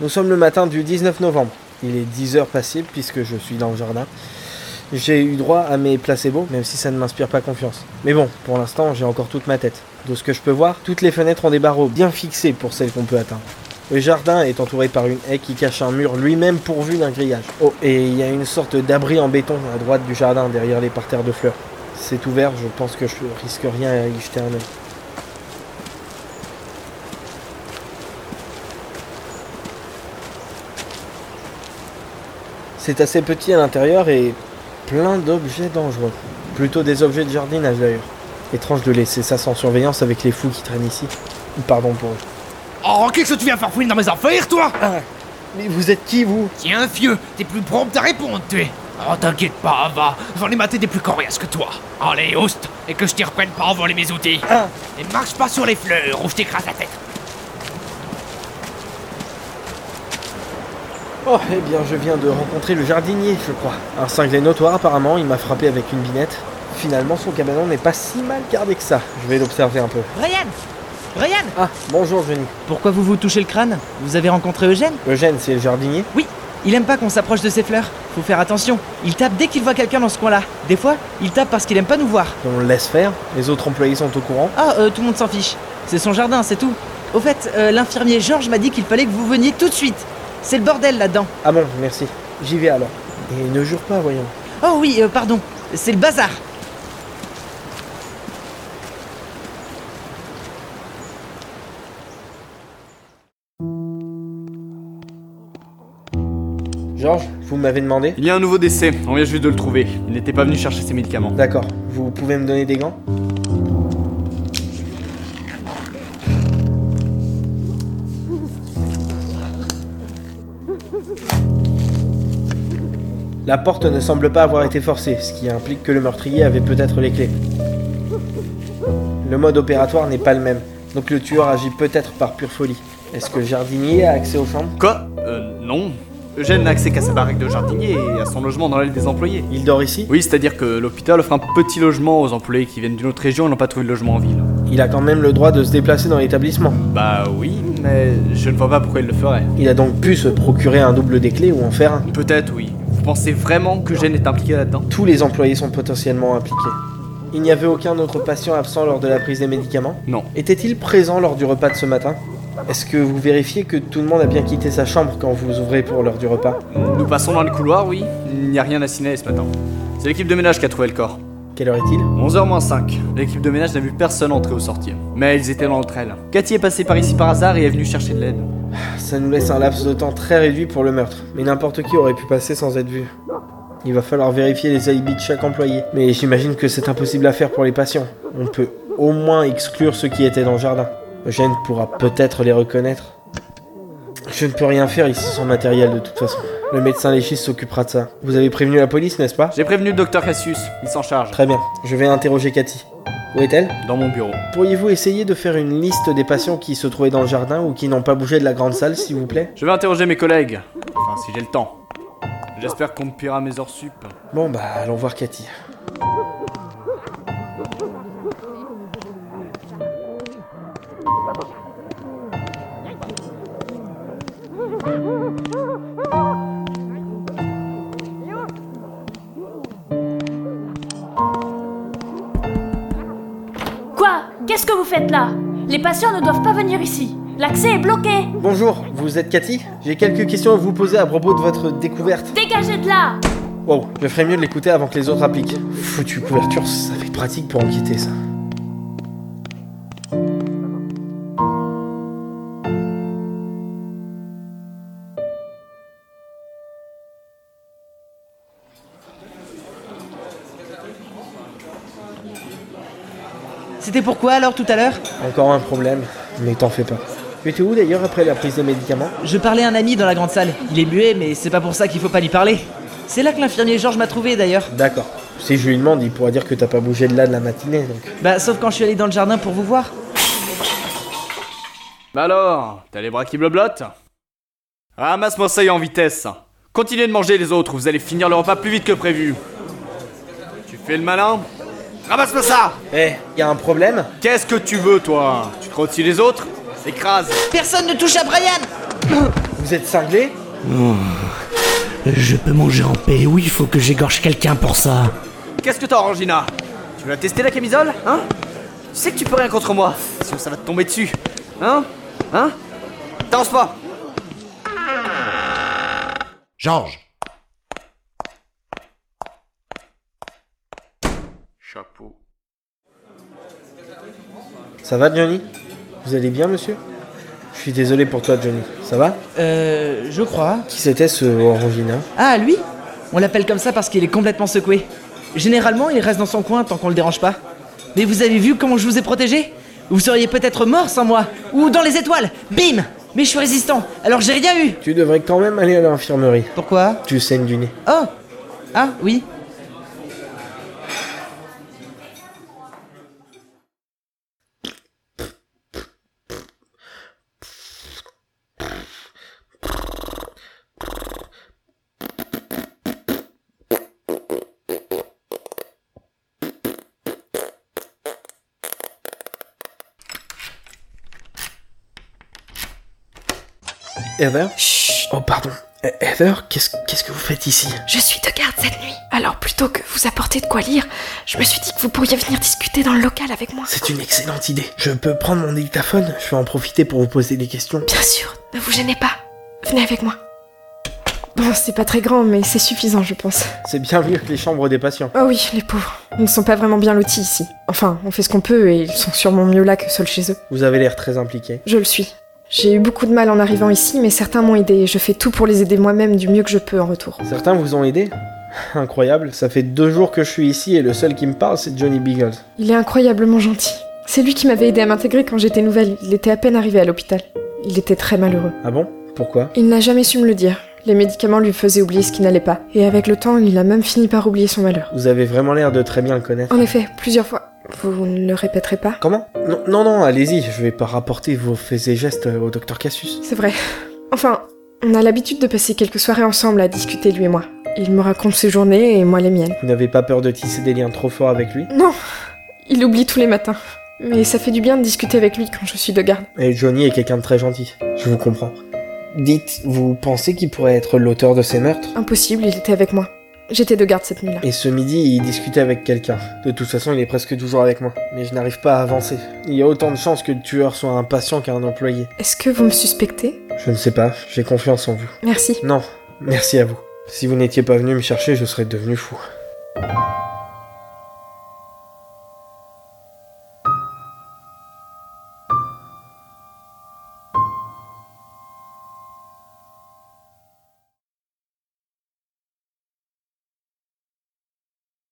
Nous sommes le matin du 19 novembre. Il est 10h passé puisque je suis dans le jardin. J'ai eu droit à mes placebos, même si ça ne m'inspire pas confiance. Mais bon, pour l'instant, j'ai encore toute ma tête. De ce que je peux voir, toutes les fenêtres ont des barreaux bien fixés pour celles qu'on peut atteindre. Le jardin est entouré par une haie qui cache un mur lui-même pourvu d'un grillage. Oh, et il y a une sorte d'abri en béton à droite du jardin, derrière les parterres de fleurs. C'est ouvert, je pense que je risque rien à y jeter un œil. C'est assez petit à l'intérieur et plein d'objets dangereux. Plutôt des objets de jardinage d'ailleurs. Étrange de laisser ça sans surveillance avec les fous qui traînent ici. Pardon pour eux. Oh, qu'est-ce que tu viens faire fouiller dans mes affaires, toi Ah Mais vous êtes qui vous Tiens, vieux, t'es plus prompt à répondre, tu es. Oh, t'inquiète pas, Ava, j'en ai maté des plus coriaces que toi. Allez, host, et que je t'y reprenne pas en voler mes outils. Hein Ah Et marche pas sur les fleurs ou je t'écrase la tête. Oh, eh bien, je viens de rencontrer le jardinier, je crois. Un cinglé notoire, apparemment, il m'a frappé avec une binette. Finalement, son cabanon n'est pas si mal gardé que ça. Je vais l'observer un peu. Ryan Ryan Ah, bonjour, Johnny. Pourquoi vous vous touchez le crâne Vous avez rencontré Eugène Eugène, c'est le jardinier Oui, il aime pas qu'on s'approche de ses fleurs. Faut faire attention. Il tape dès qu'il voit quelqu'un dans ce coin-là. Des fois, il tape parce qu'il aime pas nous voir. On le laisse faire. Les autres employés sont au courant. Ah, euh, tout le monde s'en fiche. C'est son jardin, c'est tout. Au fait, euh, l'infirmier Georges m'a dit qu'il fallait que vous veniez tout de suite. C'est le bordel là-dedans. Ah bon, merci. J'y vais alors. Et ne jure pas, voyons. Oh oui, euh, pardon. C'est le bazar. Georges, vous m'avez demandé Il y a un nouveau décès, on vient juste de le trouver. Il n'était pas venu chercher ses médicaments. D'accord. Vous pouvez me donner des gants La porte ne semble pas avoir été forcée, ce qui implique que le meurtrier avait peut-être les clés. Le mode opératoire n'est pas le même, donc le tueur agit peut-être par pure folie. Est-ce que le jardinier a accès aux chambres Quoi Euh, non. Eugène n'a accès qu'à sa baraque de jardinier et à son logement dans l'aile des employés. Il dort ici Oui, c'est-à-dire que l'hôpital offre un petit logement aux employés qui viennent d'une autre région et n'ont pas trouvé de logement en ville. Il a quand même le droit de se déplacer dans l'établissement. Bah oui, mais je ne vois pas pourquoi il le ferait. Il a donc pu se procurer un double des clés ou en faire un. Peut-être oui. Vous pensez vraiment que Eugène est impliqué là-dedans Tous les employés sont potentiellement impliqués. Il n'y avait aucun autre patient absent lors de la prise des médicaments Non. Était-il présent lors du repas de ce matin Est-ce que vous vérifiez que tout le monde a bien quitté sa chambre quand vous ouvrez pour l'heure du repas Nous passons dans le couloir, oui. Il n'y a rien à signaler ce matin. C'est l'équipe de ménage qui a trouvé le corps. Quelle heure est-il 11h moins 5. L'équipe de ménage n'a vu personne entrer ou sortir. Mais ils étaient dans le trail. Cathy est passée par ici par hasard et est venue chercher de l'aide. Ça nous laisse un laps de temps très réduit pour le meurtre, mais n'importe qui aurait pu passer sans être vu. Il va falloir vérifier les alibis de chaque employé, mais j'imagine que c'est impossible à faire pour les patients. On peut au moins exclure ceux qui étaient dans le jardin. Eugène pourra peut-être les reconnaître. Je ne peux rien faire ici sans matériel de toute façon. Le médecin légiste s'occupera de ça. Vous avez prévenu la police, n'est-ce pas J'ai prévenu le docteur Cassius, il s'en charge. Très bien, je vais interroger Cathy. Où est-elle Dans mon bureau. Pourriez-vous essayer de faire une liste des patients qui se trouvaient dans le jardin ou qui n'ont pas bougé de la grande salle, s'il vous plaît Je vais interroger mes collègues. Enfin, si j'ai le temps. J'espère qu'on me paiera mes heures sup. Bon bah, allons voir Cathy. Quoi Qu'est-ce que vous faites là Les patients ne doivent pas venir ici. L'accès est bloqué. Bonjour, vous êtes Cathy J'ai quelques questions à vous poser à propos de votre découverte. Dégagez de là Wow, je ferais mieux de l'écouter avant que les autres appliquent. Foutue couverture, ça fait pratique pour enquêter ça. C'était pourquoi alors tout à l'heure Encore un problème, mais t'en fais pas. Tu étais où d'ailleurs après la prise des médicaments Je parlais à un ami dans la grande salle. Il est muet, mais c'est pas pour ça qu'il faut pas lui parler. C'est là que l'infirmier Georges m'a trouvé d'ailleurs. D'accord. Si je lui demande, il pourra dire que t'as pas bougé de là de la matinée, donc. Bah, sauf quand je suis allé dans le jardin pour vous voir. Bah alors, t'as les bras qui bleublottent Ramasse-moi ça et en vitesse. Continuez de manger les autres, vous allez finir le repas plus vite que prévu. Tu fais le malin Ramasse-moi ça Eh, y a un problème Qu'est-ce que tu veux, toi Tu te rôtis les autres Écrase Personne ne touche à Brian Vous êtes cinglé Je peux manger en paix, oui, il faut que j'égorge quelqu'un pour ça. Qu'est-ce que t'as, Orangina Tu veux la tester la camisole Hein Tu sais que tu peux rien contre moi, sinon ça va te tomber dessus. Hein Hein T'avance pas Georges, Chapeau. Ça va, Johnny Vous allez bien, monsieur Je suis désolé pour toi, Johnny. Ça va Euh, je crois. Qui c'était ce Orangina Ah, lui On l'appelle comme ça parce qu'il est complètement secoué. Généralement, il reste dans son coin tant qu'on le dérange pas. Mais vous avez vu comment je vous ai protégé Vous seriez peut-être mort sans moi, ou dans les étoiles Bim Mais je suis résistant, alors j'ai rien eu Tu devrais quand même aller à l'infirmerie. Pourquoi Tu saignes du nez. Oh Ah, oui. Heather Chut Oh, pardon. Eh, Heather, qu'est-ce qu'est-ce que vous faites ici Je suis de garde cette nuit. Alors plutôt que vous apporter de quoi lire, je me suis dit que vous pourriez venir discuter dans le local avec moi. C'est une excellente idée. Je peux prendre mon dictaphone Je vais en profiter pour vous poser des questions. Bien sûr, ne vous gênez pas. Venez avec moi. Bon, c'est pas très grand, mais c'est suffisant, je pense. C'est bien mieux que les chambres des patients. Oh oui, les pauvres. Ils ne sont pas vraiment bien lotis ici. Enfin, on fait ce qu'on peut et ils sont sûrement mieux là que seuls chez eux. Vous avez l'air très impliqué. Je le suis. J'ai eu beaucoup de mal en arrivant ici, mais certains m'ont aidé et je fais tout pour les aider moi-même du mieux que je peux en retour. Certains vous ont aidé Incroyable, ça fait deux jours que je suis ici et le seul qui me parle c'est Johnny Beagles. Il est incroyablement gentil. C'est lui qui m'avait aidé à m'intégrer quand j'étais nouvelle. Il était à peine arrivé à l'hôpital. Il était très malheureux. Ah bon Pourquoi Il n'a jamais su me le dire. Les médicaments lui faisaient oublier ce qui n'allait pas. Et avec le temps, il a même fini par oublier son malheur. Vous avez vraiment l'air de très bien le connaître. En effet, plusieurs fois. Vous ne le répéterez pas Comment non, non, non, allez-y, je vais pas rapporter vos faits et gestes au docteur Cassius. C'est vrai. Enfin, on a l'habitude de passer quelques soirées ensemble à discuter, lui et moi. Il me raconte ses journées et moi les miennes. Vous n'avez pas peur de tisser des liens trop forts avec lui Non Il oublie tous les matins. Mais ça fait du bien de discuter avec lui quand je suis de garde. Et Johnny est quelqu'un de très gentil, je vous comprends. Dites, vous pensez qu'il pourrait être l'auteur de ces meurtres Impossible, il était avec moi. J'étais de garde cette nuit-là. Et ce midi, il discutait avec quelqu'un. De toute façon, il est presque toujours avec moi. Mais je n'arrive pas à avancer. Il y a autant de chances que le tueur soit un patient qu'un employé. Est-ce que vous me suspectez Je ne sais pas, j'ai confiance en vous. Merci. Non, merci à vous. Si vous n'étiez pas venu me chercher, je serais devenu fou.